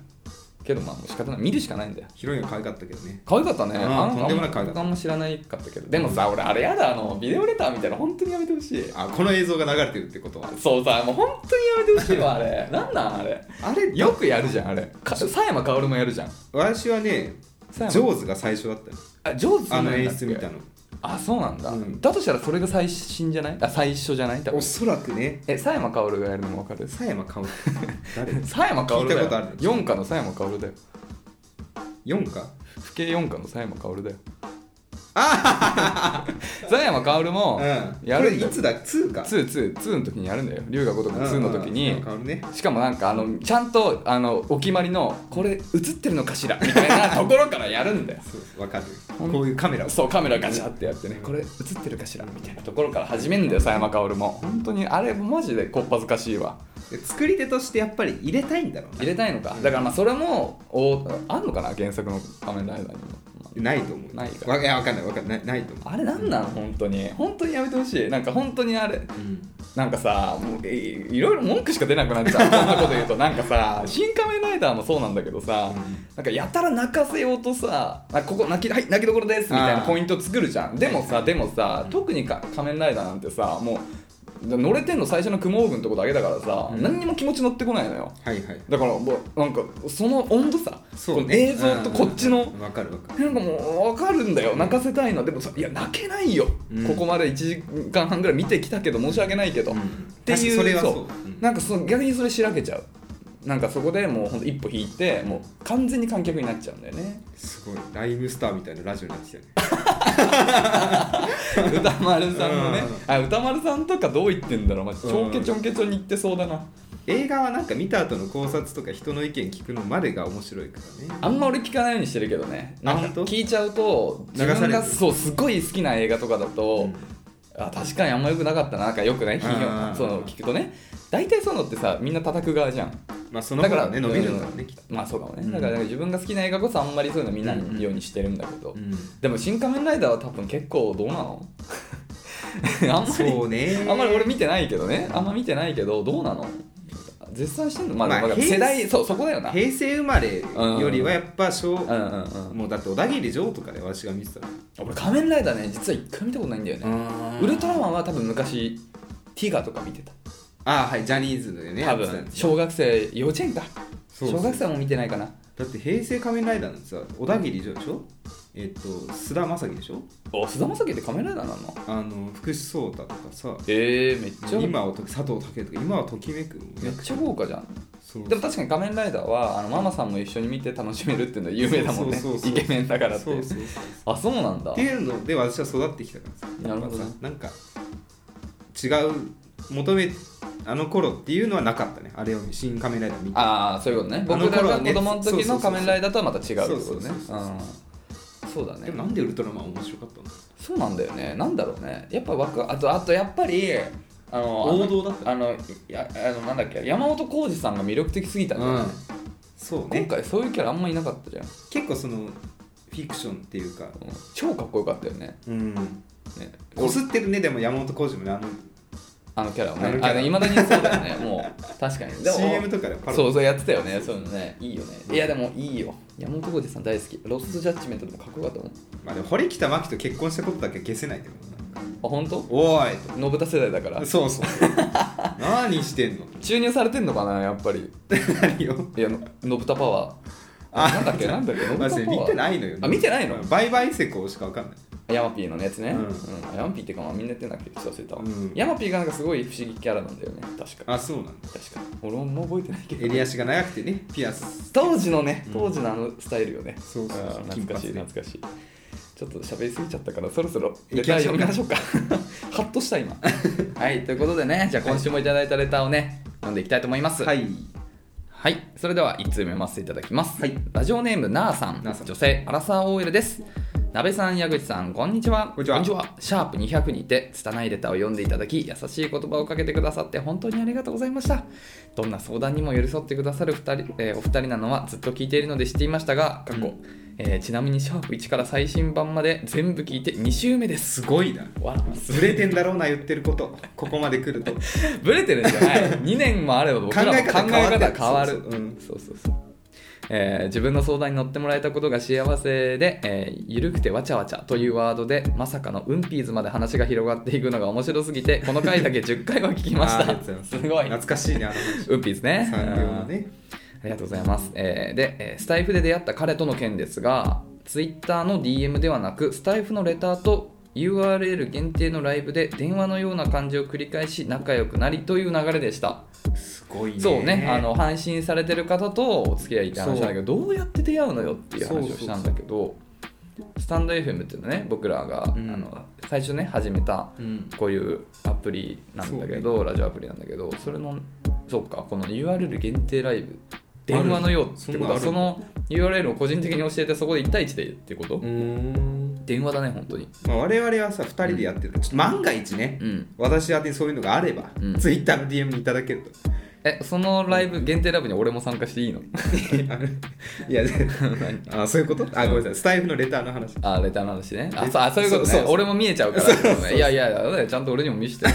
B: けどまあもう仕方ない見るしかないんだよ
A: ヒロインは可愛かったけどね
B: 可愛かったね
A: うんと
B: 子
A: んでもない可愛かった
B: あんま知らないかったけどでもさ俺あれやだあのビデオレターみたいなの本当にやめてほしい
A: あこの映像が流れてるってことは
B: そうさもう本当にやめてほしいわあれなんなんあれ
A: あれ
B: よくやるじゃんあれか佐山薫もやるじゃん
A: 私はねジ
B: 佐山
A: ョーズが最初だったよ
B: あ上手
A: あの演出見たの
B: あそうなんだ、
A: うん
B: だとしたらそれが最新じゃないあ最初じゃない多分
A: おそらくね
B: え佐山薫がやるのも分かる
A: 佐山 薫誰
B: 佐山薫だ
A: 聞いたことあ
B: よ
A: る
B: 四課の佐山薫だよ
A: 4か
B: 府警四課の佐山薫だよ
A: あ
B: 佐山薫も
A: あうん
B: や
A: こ
B: る
A: れ
B: んだ
A: い
B: よ、
A: つだ2か
B: ツーツーツーの時にやるんだよ龍が如くの
A: う
B: 2
A: ん
B: の時に
A: 佐山薫ね
B: しかもなんかあのちゃんとあのお決まりのこれ映ってるのかしらみたい なところからやるんだよ
A: そうわかる
B: ほん
A: こういうカメラを
B: そうカメラガチャってやってねこれ映ってるかしらみたいなところから始めるんだよ佐山薫も本当にあれマジでこっぱずかしいわ
A: で作り手としてやっぱり入れたいんだろう
B: 入れたいのかだからまあそれもおあんのかな原作の仮面ライダーにも
A: なないと思う
B: ないか
A: わいやわかんないわかんないないと思う
B: あれなんなん本当に本当にやめてほしいなんか本当にあれなんかさもういいろいろ文句しか出なくなっちゃうこんなこと言うとなんかさ「新仮面ライダー」もそうなんだけどさ、
A: うん
B: なんかやたら泣かせようとさ「あここ泣き,、はい、泣きどころです」みたい
A: あ
B: な
A: ー
B: ポイント作るじゃんでもさでもさ特にか仮面ライダーなんてさもう乗れてんの最初の雲王軍ってことだけだからさ、
A: うん
B: 何にも気持ち乗ってこないのよ
A: はいはい
B: だからもうなんかその温度差
A: そう
B: こ
A: ね
B: の映像とこっちの
A: うんわかるわかる
B: なんかもう分かるんだよ泣かせたいのはでもさいや泣けないよ、
A: うん
B: ここまで1時間半ぐらい見てきたけど申し訳ないけど、
A: うん
B: って
A: 確か
B: いう
A: にそれはそう
B: う
A: うん
B: なんかその逆にそれしらけちゃうなんかそこでもうほんと一歩引いてもう完全に観客になっちゃうんだよね
A: すごいライムスターみたいなラジオになってきたね
B: 歌丸さんのね
A: うん
B: あ歌丸さんとかどう言ってんだろうマジちょんけちょんけちょに言ってそうだな
A: 映画はなんか見た後の考察とか人の意見聞くのまでが面白いからね
B: あんま俺聞かないようにしてるけどね
A: あ
B: なんか
A: 本当
B: 聞いちゃうと自
A: 流さ
B: 分
A: れ
B: が
A: る
B: そうすごい好きな映画とかだと、あ確かにあんま良くなかったななんか良くない品
A: あ
B: 評
A: ー
B: その聞くとね大体そういうのってさみんな叩く側じゃん
A: まあその方がね伸
B: だから
A: びるんだろうねきっと
B: まあそうかもね、
A: うん
B: だからなんか自分が好きな映画こそあんまりそういうの見ないようにしてるんだけど、でも「新仮面ライダー」は多分結構どうな のあんまり
A: そうね
B: あんまり俺見てないけどねあんま見てないけどどうなの絶賛してんのまあ、
A: まあ
B: だから
A: 平成
B: 世代そうそこだよな
A: 平成生まれよりはやっぱ昭
B: うんうんうん
A: もうだって小田切城とかで私が見てたの
B: 俺仮面ライダーね実は一回見たことないんだよね、ウルトラマンは多分昔ティガとか見てた
A: ああはいジャニーズでね
B: 多
A: やっ
B: 分
A: てたやつ
B: 小学生幼稚園か
A: そうそう
B: 小学生も見てないかな
A: だって平成仮面ライダーなんてさ小田切城でしょえっと須田将暉でしょ
B: お菅田将暉って仮面ライダーなの
A: あの福士蒼汰とかさ
B: ええめっちゃ
A: 今はと佐藤健とか今はときめく
B: めっちゃ豪華じゃん
A: そう
B: でも確かに仮面ライダーはあのママさんも一緒に見て楽しめるっていうのは有名だもんね
A: そうそうそうそう
B: イケメンだからって
A: そうそうそう
B: あそうなんだ
A: っていうので私は育ってきたからさ
B: なるほどね
A: やっぱさなんか違う求めあの頃っていうのはなかったねあれを見新仮面ライダー見て
B: ああそういうことね
A: あの
B: 僕ら
A: 頃
B: が
A: は
B: 子
A: ね
B: 供の
A: そうそうそ
B: 時
A: うそ
B: の
A: う
B: 仮面ライダーとはまた違うってことね
A: そうそうそうそう
B: うんそうだね
A: でもなんでウルトラマン面白かったんだ
B: そうなんだよねなんだろうねやっぱワクあとあとやっぱりあの
A: 王道だった
B: あのいやあのなんだっけ山本浩二さんが魅力的すぎたんだよね、
A: そう
B: 今
A: ね
B: 回そういうキャラあんまいなかったじゃん、うん
A: 結構そのフィクションっていうか
B: 超かっこよかったよね
A: うん
B: ね
A: こすってるねでも山本浩二もねあの
B: あのキャラを
A: あの
B: ね
A: キャラ
B: あのいまだにそうだよねもう確かにでも
A: CM とかでパロ
B: そうそうやってたよねそういうのねいいよねいやでもいいよ山本浩二さん大好きロストジャッジメントでもかっこよかったもんあ
A: まあでも堀北真希と結婚したことだけ消せないけどな
B: 本当
A: おーい
B: 信太世代だから
A: とそう そう何してんの
B: 注入されてんのかなやっぱり
A: 何を
B: いやの信太パワ
A: あ
B: ーなんだっけなんだっけ信
A: まあそれ
B: 太
A: 見
B: パワ
A: て
B: ー
A: ないのよ
B: あ見てないの
A: バイバイセコしかわかんない
B: ヤマピーのやつね、う
A: うんん
B: ヤマピーってかまあみんな言ってんだっけどちょっと忘れたわ、
A: うん
B: ヤマピーがなんかすごい不思議キャラなんだよね確か
A: あそうなんだ
B: 確か俺も覚えてないけど
A: 襟足が長くてねピアス
B: 当時のね
A: うん
B: 当時のあのスタイルよね、
A: そうそうそう
B: あー懐かし
A: 金
B: い
A: 髪ね
B: 懐かしいちょっと喋りすぎちゃったからそろそろレ
A: 行き
B: ター
A: ましょ
B: 読
A: う
B: み
A: か
B: ましょうか ハッとした今はいということでねじゃあ今週もいただいたレターをね読んでいきたいと思います
A: はい
B: はい、それでは1通目読ませていただきます、
A: はい
B: ラジオネームなあさん
A: なあさん
B: 女性アラサー OL です鍋さん矢口さんこんにちは
A: こんにちは
B: シャープ200にて拙いレターを読んでいただき優しい言葉をかけてくださって本当にありがとうございましたどんな相談にも寄り添ってくださる二人、えーお二人なのはずっと聞いているので知っていましたが過去、
A: うん
B: えーちなみにシャープ1から最新版まで全部聞いて2週目です
A: すごいな
B: わ
A: ずれてんだろうな言ってることここまで来ると
B: ブレてるんじゃない2年もあれば僕らも考
A: 考
B: え
A: え
B: 方
A: 方
B: 変
A: 変
B: わ
A: わ
B: る
A: ってるそうそう
B: そう
A: うん
B: そうそうそうえー自分の相談に乗ってもらえたことが幸せで、えー、ゆるくてわちゃわちゃというワードでまさかのウンピーズまで話が広がっていくのが面白すぎてこの回だけ10回は聞きまし
A: あーありがとうござい
B: た
A: ます
B: すごい
A: 懐かしいねあの話
B: ウンピーズね
A: 産業のね
B: ありがとうございます。えーで、えースタイフで出会った彼との件ですが、Twitter の DM ではなく、スタイフのレターと URL 限定のライブで電話のような感じを繰り返し仲良くなりという流れでした。
A: すごいね
B: そうね、あの配信されてる方とお付き合いって話なんだけど、どうやって出会うのよっていう話をしたんだけど、スタンド FM っていうのね、僕らが、
A: うん
B: あの最初ね、始めた
A: うん
B: こういうアプリなんだけど、ラジオアプリなんだけどそれのそうかこの URL 限定ライブ電話のようってことはそ
A: そんな
B: の URL を個人的に教えてそこで1対1でってこと、
A: うーん
B: 電話だね本当に
A: まあ我々はさ2人でやってるちょっと万が一ね
B: うん
A: 私宛てにそういうのがあれば、
B: うん
A: Twitter の DM にいただける と
B: えそのライブ限定ライブに俺も参加していいの
A: いやであそういうことあごめんなさいスタイフのレターの話
B: あレターの話ねあ
A: え
B: そうあそういうことね
A: そうそうそう
B: 俺も見えちゃうからってことねいやいやいやちゃんと俺にも見せて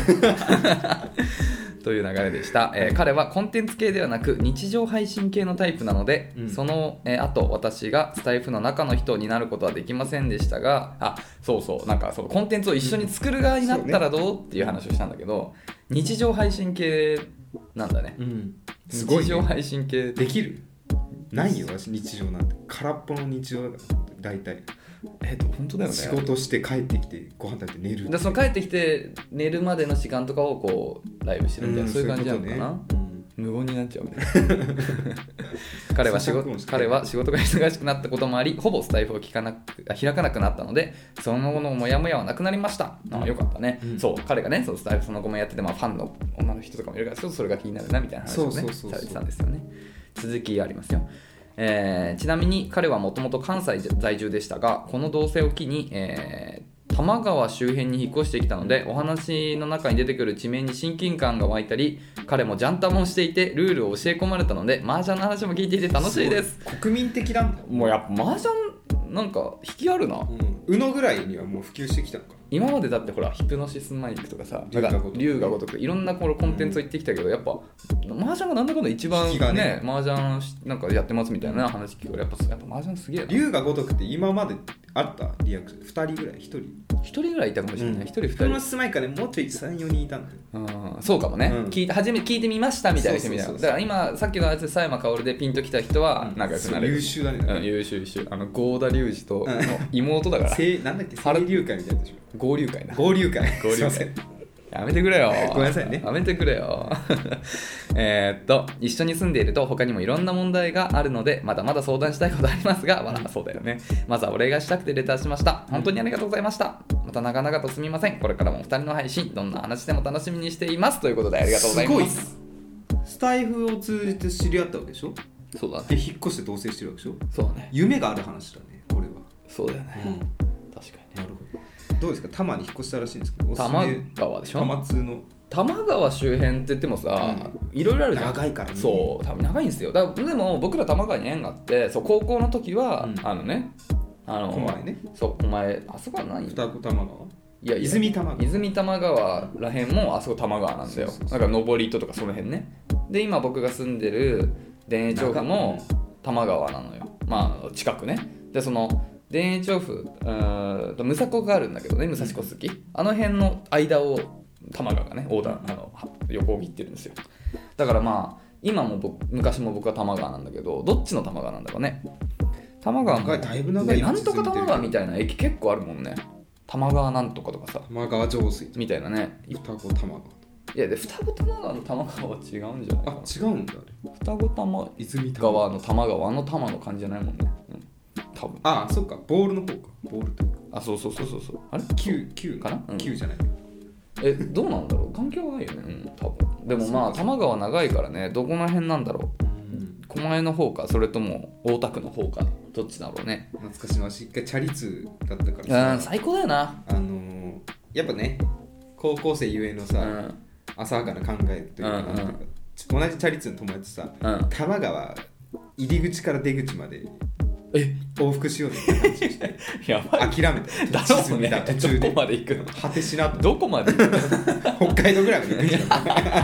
B: という流れでした、えー彼はコンテンツ系ではなく日常配信系のタイプなので、
A: うん
B: その、えーあと私がスタイフの中の人になることはできませんでしたがあそうそうなんかそのコンテンツを一緒に作る側になったらどうっていう話をしたんだけど日常配信系なんだね
A: うんすごい、
B: 日常
A: ね、
B: 配信系
A: できるないよ私日常なんて空っぽの日常だから大体
B: えっ、と本当だよね
A: 仕事して帰ってきてご飯食べて寝る
B: でその帰ってきて寝るまでの時間とかをこうライブしてるみたいな、そういう感じなのかな、
A: ことねうん
B: 無言にな っちゃうね彼は仕
A: 咀嚼音し
B: 事
A: て
B: 彼は仕事が忙しくなったこともありほぼスタイフを聞かなくあ開かなくなったのでその後のモヤモヤはなくなりました、あよかったね、
A: うん
B: そう彼がねそうスタイフその後もやってて、まあ、ファンの女の人とかもいるからちょっとそれが気になるなみたいな話を
A: そ
B: ね
A: うそうそうそう
B: されてたんですよね続きがありますよえーちなみに彼はもともと関西在住でしたがこの同棲を機に、えー多摩川周辺に引っ越してきたのでお話の中に出てくる地名に親近感が湧いたり彼もジャンタもしていてルールを教え込まれたので麻雀の話も聞いていて楽しいです
A: ごい国民的なんだ
B: もうやっぱ麻雀なんか引きあるな、
A: うん、宇野ぐらいにはもう普及してきたのか
B: 今までだってほらヒプノシスマイクとかさ
A: 龍が如く
B: 龍が如くいろんなこのコンテンツを言ってきたけど、やっぱ麻雀がなんだかんだ一番
A: 引き
B: ね
A: がね
B: 麻雀しなんかやってますみたいな話聞くからやっぱやっぱ麻雀すげえな
A: 龍が如くって今まであったリアクション2人ぐらい1人
B: 一人ぐらいいたかもしれない、一人二
A: 人の
B: 人
A: スマイカでもうちょい34人いたんだよ
B: うんそうかもね、
A: うん
B: 聞いて初めて聞いてみましたみたいな人
A: そう
B: み
A: そう
B: たい
A: そ
B: な
A: うそう
B: だから今さっきのやつで佐山薫でピンときた人は仲良くなれる、
A: うん優秀だね
B: うん、優秀優秀あの郷田隆二との妹だから
A: せいなんだっけ
B: 腹
A: 青龍会みたいなでしょ
B: 合流会な
A: 合流会
B: 合流会
A: すいません
B: やめてくれよ。
A: ごめんなさいね
B: やめてくれよ。 えーっと、一緒に住んでいると他にもいろんな問題があるので、まだまだ相談したいことありますが、まだそうだよね。まずはお礼がしたくてレターしました。本当にありがとうございました。また長々とすみませんこれからもお二人の配信どんな話でも楽しみにしていますということでありがとうございます
A: ごいっすスタイフを通じて知り合ったわけでしょ
B: そうだね
A: で引っ越して同棲してるわけでしょ
B: そうだね
A: 夢がある話だねこれは、
B: そうだよね、
A: うん
B: 確かにね
A: なるほどどうですか多摩に引っ越したらしいんですけどおすすめ
B: 多摩川でしょ
A: 多摩通の
B: 多摩川周辺って言ってもさ、いろいろあるじゃん
A: 長いからね
B: そう多分長いんですよだからでも僕ら多摩川に縁があってそう高校の時は、
A: うん
B: あのねあの
A: 狛江ね
B: そうお前あそこは何
A: 二子玉川
B: いやいや
A: 泉多摩川
B: 泉多摩川らへんもあそこ多摩川なんだよ
A: そうそうそ
B: なんか上り糸とかその辺ねで今僕が住んでる田園調布も多摩川なのよまあ近くねでその田園調布うーんと武蔵小があるんだけどね武蔵小杉、あの辺の間を多摩川がね横断あのは横を切ってるんですよだからまあ今も僕昔も僕は多摩川なんだけどどっちの多摩川なんだろうね多摩川も
A: 長いだいぶ長い
B: ねなんとか多摩川
A: 続
B: み
A: い
B: たいな駅結構あるもんね多摩川なんとかとかさ
A: 多摩川上水
B: みたいなね
A: 二子玉川
B: いやで双子玉川の玉川は違うんじゃないか
A: あ違うんだあれ
B: な双子玉
A: 泉多摩
B: 川の玉川あの玉の感じじゃないもんね、うん、多分
A: ああそっかボールの方かボールというか
B: あそうそうそうそうそうあれ
A: 九九
B: かなうん
A: 九じゃない
B: えどうなんだろう環境はないよねうん多分でもまあ多摩川長いからねどこら辺なんだろう狛江の方かそれとも大田区の方かどっちだろうね
A: 懐かしいの私一回チャリ通だったか
B: う
A: ら
B: ん最高だよな
A: あのーやっぱね高校生ゆえの
B: う
A: さ、
B: ん
A: 浅はかな考えというか,、
B: うんうん
A: なんていうか同じチャリ通の友達とさ、
B: うん
A: 多摩川入り口から出口まで
B: え
A: 往復しようって感じして
B: やばい
A: 諦めた
B: だ
A: 地
B: ろ
A: 図
B: う
A: 見た
B: ね
A: 途中
B: どこ
A: で
B: まで行くの
A: 果てし なと
B: どこまで行く
A: 北海道ぐらいまで行くんじゃん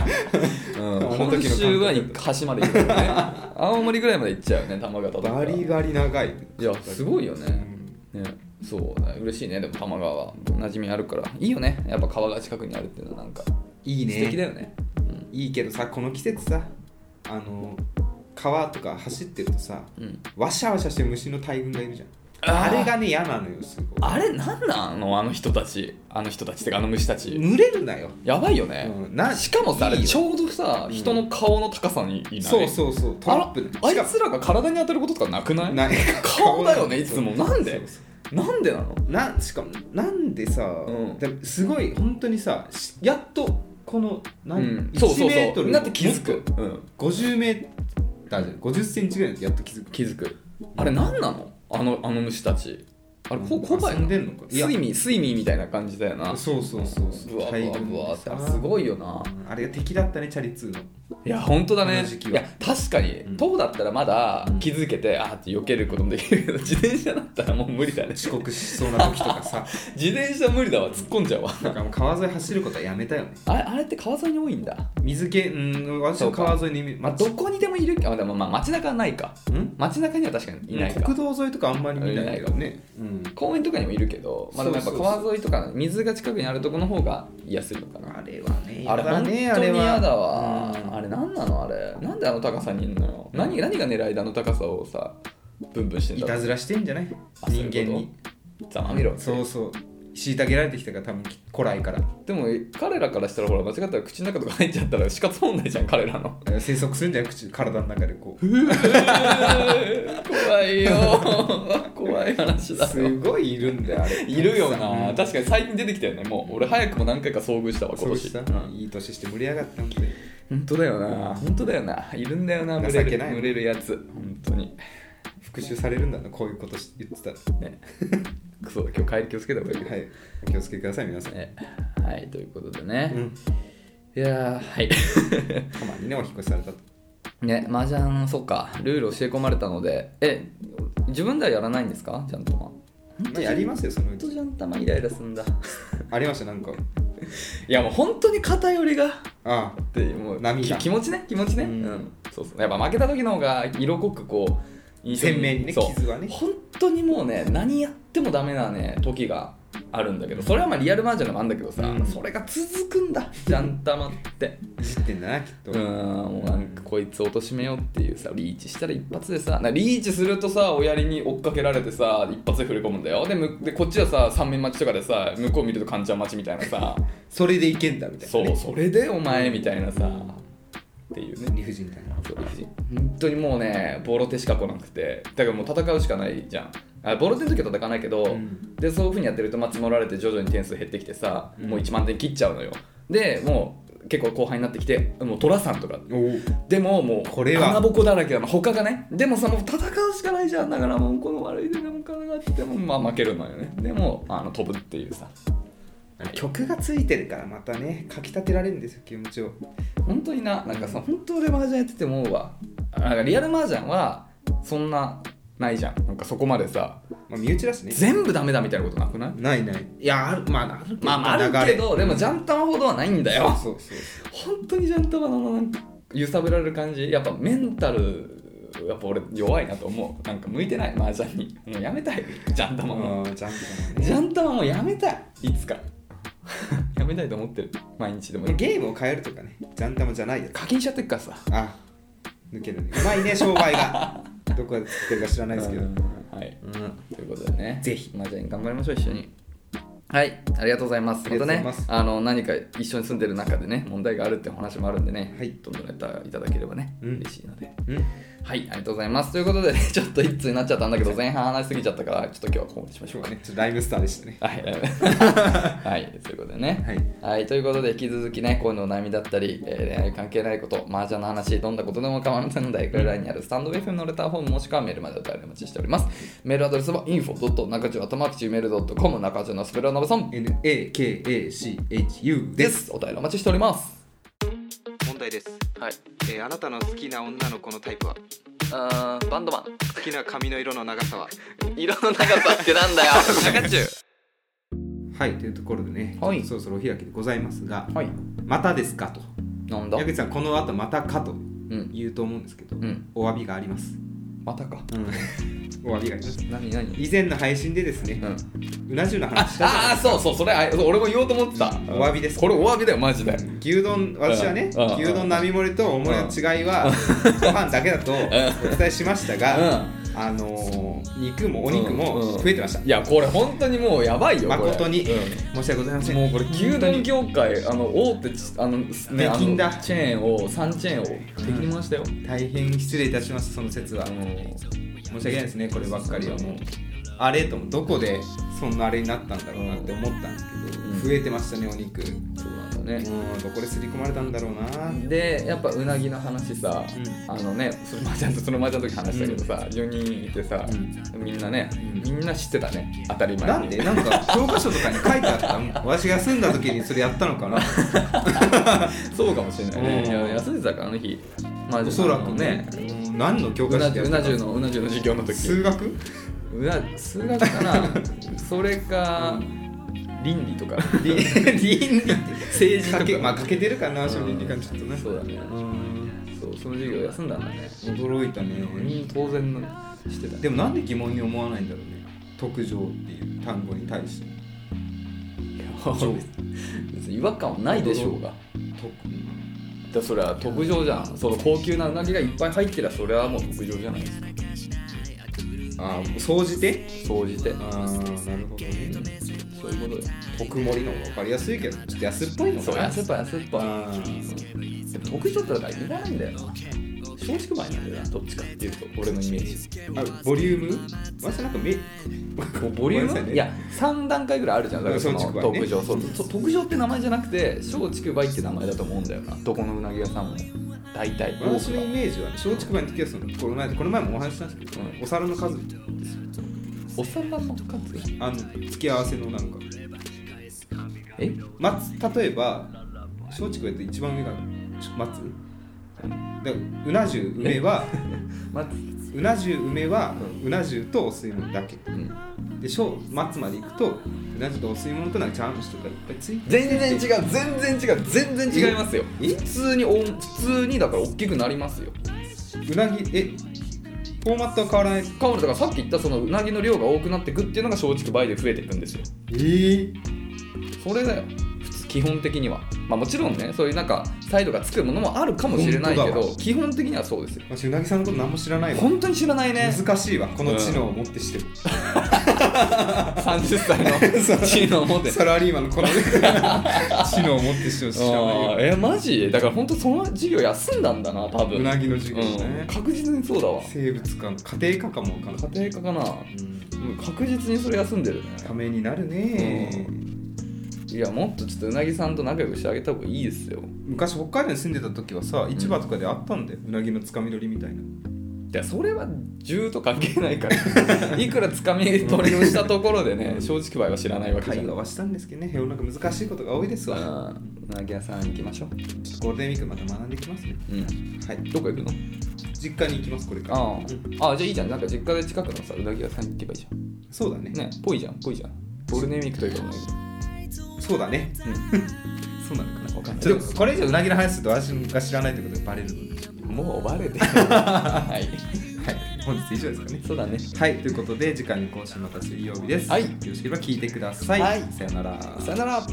A: あの時の
B: の、
A: 感
B: 本
A: 覚
B: 州は端まで行くよね青森ぐらいまで行っちゃうよね玉川とか
A: バリバリ長い
B: いやすごいよ
A: う
B: ね,、
A: ん
B: ねそうね嬉しいねでも多摩川は馴染みあるからいいよねやっぱ川が近くにあるっていうのはなんか
A: いいね
B: 素敵だよねうん
A: いいけどさこの季節さあの川とか走ってるとさ
B: うん、
A: わしゃわしゃして虫の大群がいるじゃんあ
B: あー
A: れがね嫌なのよすごい
B: あれなんなんあのあの人たちあの人たちってかあの虫たち
A: 群れるなよ、
B: やばいよね、
A: うんな
B: しかもさあ
A: いい
B: れ
A: よ
B: ちょうどさ
A: うん
B: 人の顔の高さにいない、
A: そうそうそうト
B: あ
A: ラッ
B: ら
A: プね
B: あ
A: しか
B: い
A: も
B: つらが体に当たることとかなくない
A: ない
B: 顔だよねいつもなん
A: そう
B: で
A: そ
B: なんでなの
A: うなしかもなんでさ、
B: うん
A: でもすごい本当にさしやっとこの何、
B: うん、そう
A: 1
B: そう
A: メー
B: そ
A: ト
B: う
A: ル
B: だって気づく、うん、
A: 50メーターじゃん50センチぐらいのやっと気づく
B: 気づくあれ何なのあのあの虫たちあれこコバ
A: 遊んでんのかいや
B: 睡眠睡眠みたいな感じだよな
A: そうそうそうそう
B: ぶわぶわぶわってあれす
A: い
B: ごいよな
A: あれが敵だったねチャリ2の
B: いや本当だ
A: こ
B: ね
A: の時期
B: い
A: は
B: や確かに
A: うん
B: 塔だったらまだ
A: うん
B: 気づけてあーって避けることもできるけ ど自転車だったらもう無理 だね
A: 遅刻しそうな時とか さ
B: 自転車無理だわ突っ込んじゃうわ
A: だからもう川沿い走ることはやめたよね
B: あれあれって川沿いに多いんだ、
A: 水系うん私は川沿いに
B: まあ、どこにでもいるあでもまあ街中はないか
A: ん
B: 街中には確かにいないか
A: 国道沿いとかあんまり見ないよねうん
B: 公園とかにもいるけど、まあ、でもやっぱ
A: そうそうそう
B: 川沿いとか水が近くにあるとこの方が居やすいのかな
A: あれはね
B: あれ
A: やだ
B: 本当に
A: ね
B: 嫌だわ、
A: うん
B: あれ何なのあれなんであの高さにいんのよ何何が狙いであの高さをさブンブンしてん
A: い
B: だ
A: たずらしてんじゃない
B: あそうい
A: 人
B: うこと
A: 間に
B: ざまみろ
A: そうそう虐げられてきたから多分古来から
B: でも彼らからしたらほら間違ったら口の中とか入っちゃったら死活問題じゃん彼ら の
A: えー生息するんじゃなくて体の中でこう
B: 怖いよ 怖い話だよ
A: すごいいるんだよあれ
B: いるよ
A: う
B: なん確かに最近出てきたよねもう俺早くも何回か遭遇したわ今
A: そう
B: 年
A: した
B: うん
A: いい年して盛り上がったんで
B: 本当だよな本当だよないるんだよな群
A: 情
B: れ
A: け
B: る
A: ない
B: 群れるやつ本当に
A: 復讐されるんだなこういうことし言ってたら
B: ね クソ今日帰り気をつけた方がいいよ
A: はいお気をつけください皆さん
B: ねはいということでね、
A: うん
B: いやーはい
A: たまにねお引っ越しされたと
B: ね麻雀そっかルール教え込まれたのでえ自分ではやらないんですかちゃんとま
A: まあやりますよそのう
B: 本当
A: ち
B: じゃんたまイライラすんだ
A: ありましたなんか
B: いやもう本当に偏りが
A: ああ
B: ってもう
A: 波が
B: き気持ちね気持ちね
A: う
B: うんん、そうそうやっぱ負けた時の方が色濃くこう印象
A: 鮮明にね
B: そう
A: 傷はね
B: 本当にもうね何やってもダメなね時があるんだけどそれはまあリアルマージャンでもあるんだけどさ、
A: うん
B: それが続くんだジャンタマって
A: いじってんだなきっと
B: うーんもうなんかこいつ貶としめようっていうさリーチしたら一発でさなリーチするとさ親に追っかけられてさ一発で振り込むんだよでむでこっちはさ三面待ちとかでさ向こう見るとカンちゃん待ちみたいなさ
A: それでいけんだみたいな
B: そう
A: ね
B: それでお前みたいなさっていうね
A: 理不尽だな
B: そう理不尽本当にもうねボロ手しか来なくてだからもう戦うしかないじゃんあボロ手の時は戦わないけど、
A: ん
B: でそういう風にやってると、まあ、募られて徐々に点数減ってきてさ、
A: うん
B: もう1万点切っちゃうのよでもう結構後輩になってきてもう寅さんとか
A: お
B: でももう
A: これは
B: 穴ぼこだらけなの他がねでもさもう戦うしかないじゃんだからもうこの悪い手でも金があってもまあ負けるのよねでもあの飛ぶっていうさ
A: 曲がついてるからまたねかきたてられるんですよ気持ちを
B: 本当にななんかさ本当で麻雀やってて思うわなんかリアル麻雀はそんなないじゃんなんかそこまでさ
A: まあ身内だしね
B: 全部ダメだみたいなことなくない
A: ないないいやあるまあある
B: まあまああるけどでもジャンタンほどはないんだよ
A: そうそうそ
B: 本当にジャンタンはのなんか揺さぶられる感じやっぱメンタルやっぱ俺弱いなと思うなんか向いてない麻雀にもうやめたいジャンタン
A: う
B: も
A: あージャンプ
B: ジャンタンはもうやめたいいつか やめたいと思ってる毎日でも
A: だねゲームを変えるとかねジャンダムじゃないやつ
B: 課金しちゃってっからさ
A: あ抜けるねうまいね商売 がどこで作ってるか知らないですけど
B: はい
A: うん
B: ということでね
A: ぜひ
B: マージャン頑張りましょう一緒にはいありがとうございます
A: ありがとうございます
B: またねあの何か一緒に住んでる中でね問題があるってお話もあるんでね、
A: はい
B: どんどんレターいただければね、
A: うん
B: 嬉しいので
A: うん
B: はいありがとうございますということで、ね、ちょっと一通になっちゃったんだけど前半話しすぎちゃったからちょっと今日はここまでしましょ
A: 今
B: う
A: 日は
B: かね
A: ねちょっとライムスターでしたね
B: はい、はい、ということでね、
A: はい
B: はい、ということで引き続きね、恋のお悩みだったり、えー恋愛関係ないこと、麻雀の話、どんなことでも構いませんので、概要欄にあるスタンド FM のレターフォームもしくはメールまでお便りお待ちしております。メールアドレスは info. 中条頭吉 gmail.com 中条のスペルアナブソン
A: NAKACHU
B: で
A: です
B: す。お便りお待ちしております。
A: 問題です、
B: はい。
A: えーあなたの好きな女の子のタイプは
B: あバンドマン。
A: 好きな髪の色の長さは
B: 色の長さってなんだよ、中中。
A: はいというところでね、
B: は
A: ち
B: い
A: ょっとそろそろお開きでございますが、
B: はい。
A: またですかと
B: なんだ
A: 矢口さんこの後またかと
B: うん。
A: 言うと思うんですけど、
B: うん
A: お詫びがあります、
B: またか。
A: お詫びがあります
B: 何何
A: 以前の配信でですね
B: う、ん。
A: うな重の
B: あ
A: 話したじゃない
B: あー
A: ですか
B: そうそうそれあそう俺も言おうと思ってた
A: うんお詫びです
B: これお詫びだよマジで
A: 牛丼私はね、
B: うんうん
A: 牛丼並盛りと重りの違いは、ご飯だけ だとお伝えしましたが、あのー肉もお肉
B: うんう
A: も増
B: ん
A: えてました、
B: いやこれ本当にもうやばいよこれ
A: 誠に、
B: う
A: 申し訳ございませ
B: ん
A: ん
B: もうこれ牛
A: 本当に
B: 丼業界あの大手ちあのねあ
A: 出禁だ
B: のチェーンを3チェーンを敵に回したよ、
A: 大変失礼いたしますその説は、
B: あの
A: 申し訳ないですねこればっかりはもうあれともどこでそんなあれになったんだろうなって思ったんですけど、
B: うん
A: 増えてましたねお肉も
B: そうなんだ
A: う
B: ね、
A: どこで刷り込まれたんだろうな、
B: でやっぱうなぎの話さ、
A: う
B: あのねそれ麻雀とその麻雀の時話したけどさ、4人いてさ、みんなね、
A: うん
B: みんな知ってたね当たり前に
A: なんでなんか教科書とかに書いてあったもん私が住んだ時にそれやったのか な
B: そうかもしれないね、
A: うん
B: いや休んでたからあの日まあ
A: おそらくねうん何の教
B: う
A: 科
B: な
A: 書で
B: じ
A: やった
B: ゅうな
A: か
B: 重のうな重の授業の時
A: 数学
B: うな数学かなそれか、倫理とか倫理政治と
A: か
B: か
A: けまあ欠けてるかな
B: うん
A: 私の倫理観ちょっとね
B: そうだね
A: うん
B: そうその授業休んだんだね
A: 驚いたね
B: うん当然してた
A: でもなんで疑問に思わないんだろうね特上っていう単語に対して
B: も別に違和感はないでしょうが
A: 特
B: だからそれは特上じゃんその高級なうなぎがいっぱい入ってりゃそれはもう特上じゃないですか
A: ああ総じて
B: 総じて
A: ああなるほどね
B: そういうことで
A: 特盛りの方が分かりやすいけどちょっと安っぽいの
B: そ
A: か
B: う
A: な
B: 安っぱい安っぱい
A: あー
B: でも特徴ってだからいらないんだよな松竹梅なんだよなどっちかっていうと俺のイメージ
A: あボリューム私なんかめ
B: もうボリュ
A: ごめんなさ
B: ーム、
A: いね
B: いや3段階ぐらいあるじゃんだからその
A: 松竹梅ね
B: 特徴そうそう特徴って名前じゃなくて松竹梅って名前だと思うんだよなどこのうなぎ屋さんも大体多く
A: 私の
B: が
A: イメージはね松竹梅の時はそのこの前この前もお話ししたんですけど、
B: うん
A: お皿の数
B: おっさんなんのカツ
A: あの付け合わせのなんか、
B: え
A: まつ、例えば松竹梅って一番上が松でうな重梅 は
B: ま
A: うな重梅は
B: う
A: うな重とお吸い物だけ
B: うん、
A: で小松まで行くとうな重とお吸い物となんか茶碗蒸しとかいっぱいついて
B: 全然違う全然違う全然違いますよ
A: え
B: 普通にお普通にだから大きくなりますよ
A: うなぎえフォーマットは変わらない
B: かもだからさっき言ったそのうなぎの量が多くなってくっていうのが松竹梅で増えていくんですよ
A: えー、
B: それだよ普通基本的にはまあもちろんねそういうなんか態度がつくものもあるかもしれないけ
A: 本当だ
B: ど基本的にはそうですよ
A: 私うなぎさんのこと何も知らないわ
B: 本当に知らないね
A: 難しいわこの知能を持ってしてる、
B: 30歳の知能を持って
A: サラリーマンの この知能を持ってしかない
B: あー
A: よ
B: えマジだから本当その授業休んだんだな多分
A: うなぎの授業
B: うん
A: ね、
B: 確実にそうだわ
A: 生物か家庭科かもわかんない
B: 家庭科か
A: う
B: な
A: ん
B: うん確実にそれ休んでるね
A: ためになるね、
B: いやもっとちょっとうなぎさんと仲良くしてあげた方がいいですよ
A: 昔北海道に住んでた時はさ市場とかであったんだよ、うなぎのつかみ取りみたいない
B: やそれは銃と関係ないから いくらつかみ取りをしたところでね正直バイは知らないわけじゃ
A: 会
B: ん
A: 話はしたんですけどね世の中難しいことが多いですわ
B: さあうなぎ屋さん行きましょう
A: ゴールデンウィークまた学んできますね
B: うん
A: はい
B: どこ行くの
A: 実家に行きますこれから
B: あ
A: うん
B: ああじゃあいいじゃんなんか実家で近くのさうなぎ屋さん行けばいいじゃん
A: そうだね
B: ねぽいじゃんぽいじゃんゴールデンウィークというかもう
A: そうだね
B: うん
A: そうなのかなわかんない
B: で
A: で
B: も
A: もこれ以上うなぎの話すると私が知らないということでバレるので
B: もうバレてる はい
A: はい本日以上ですかね
B: そうだね
A: はいということで次回の更新また水曜日です
B: はい
A: よろしければ聞いてください、
B: はい
A: さよなら
B: さよなら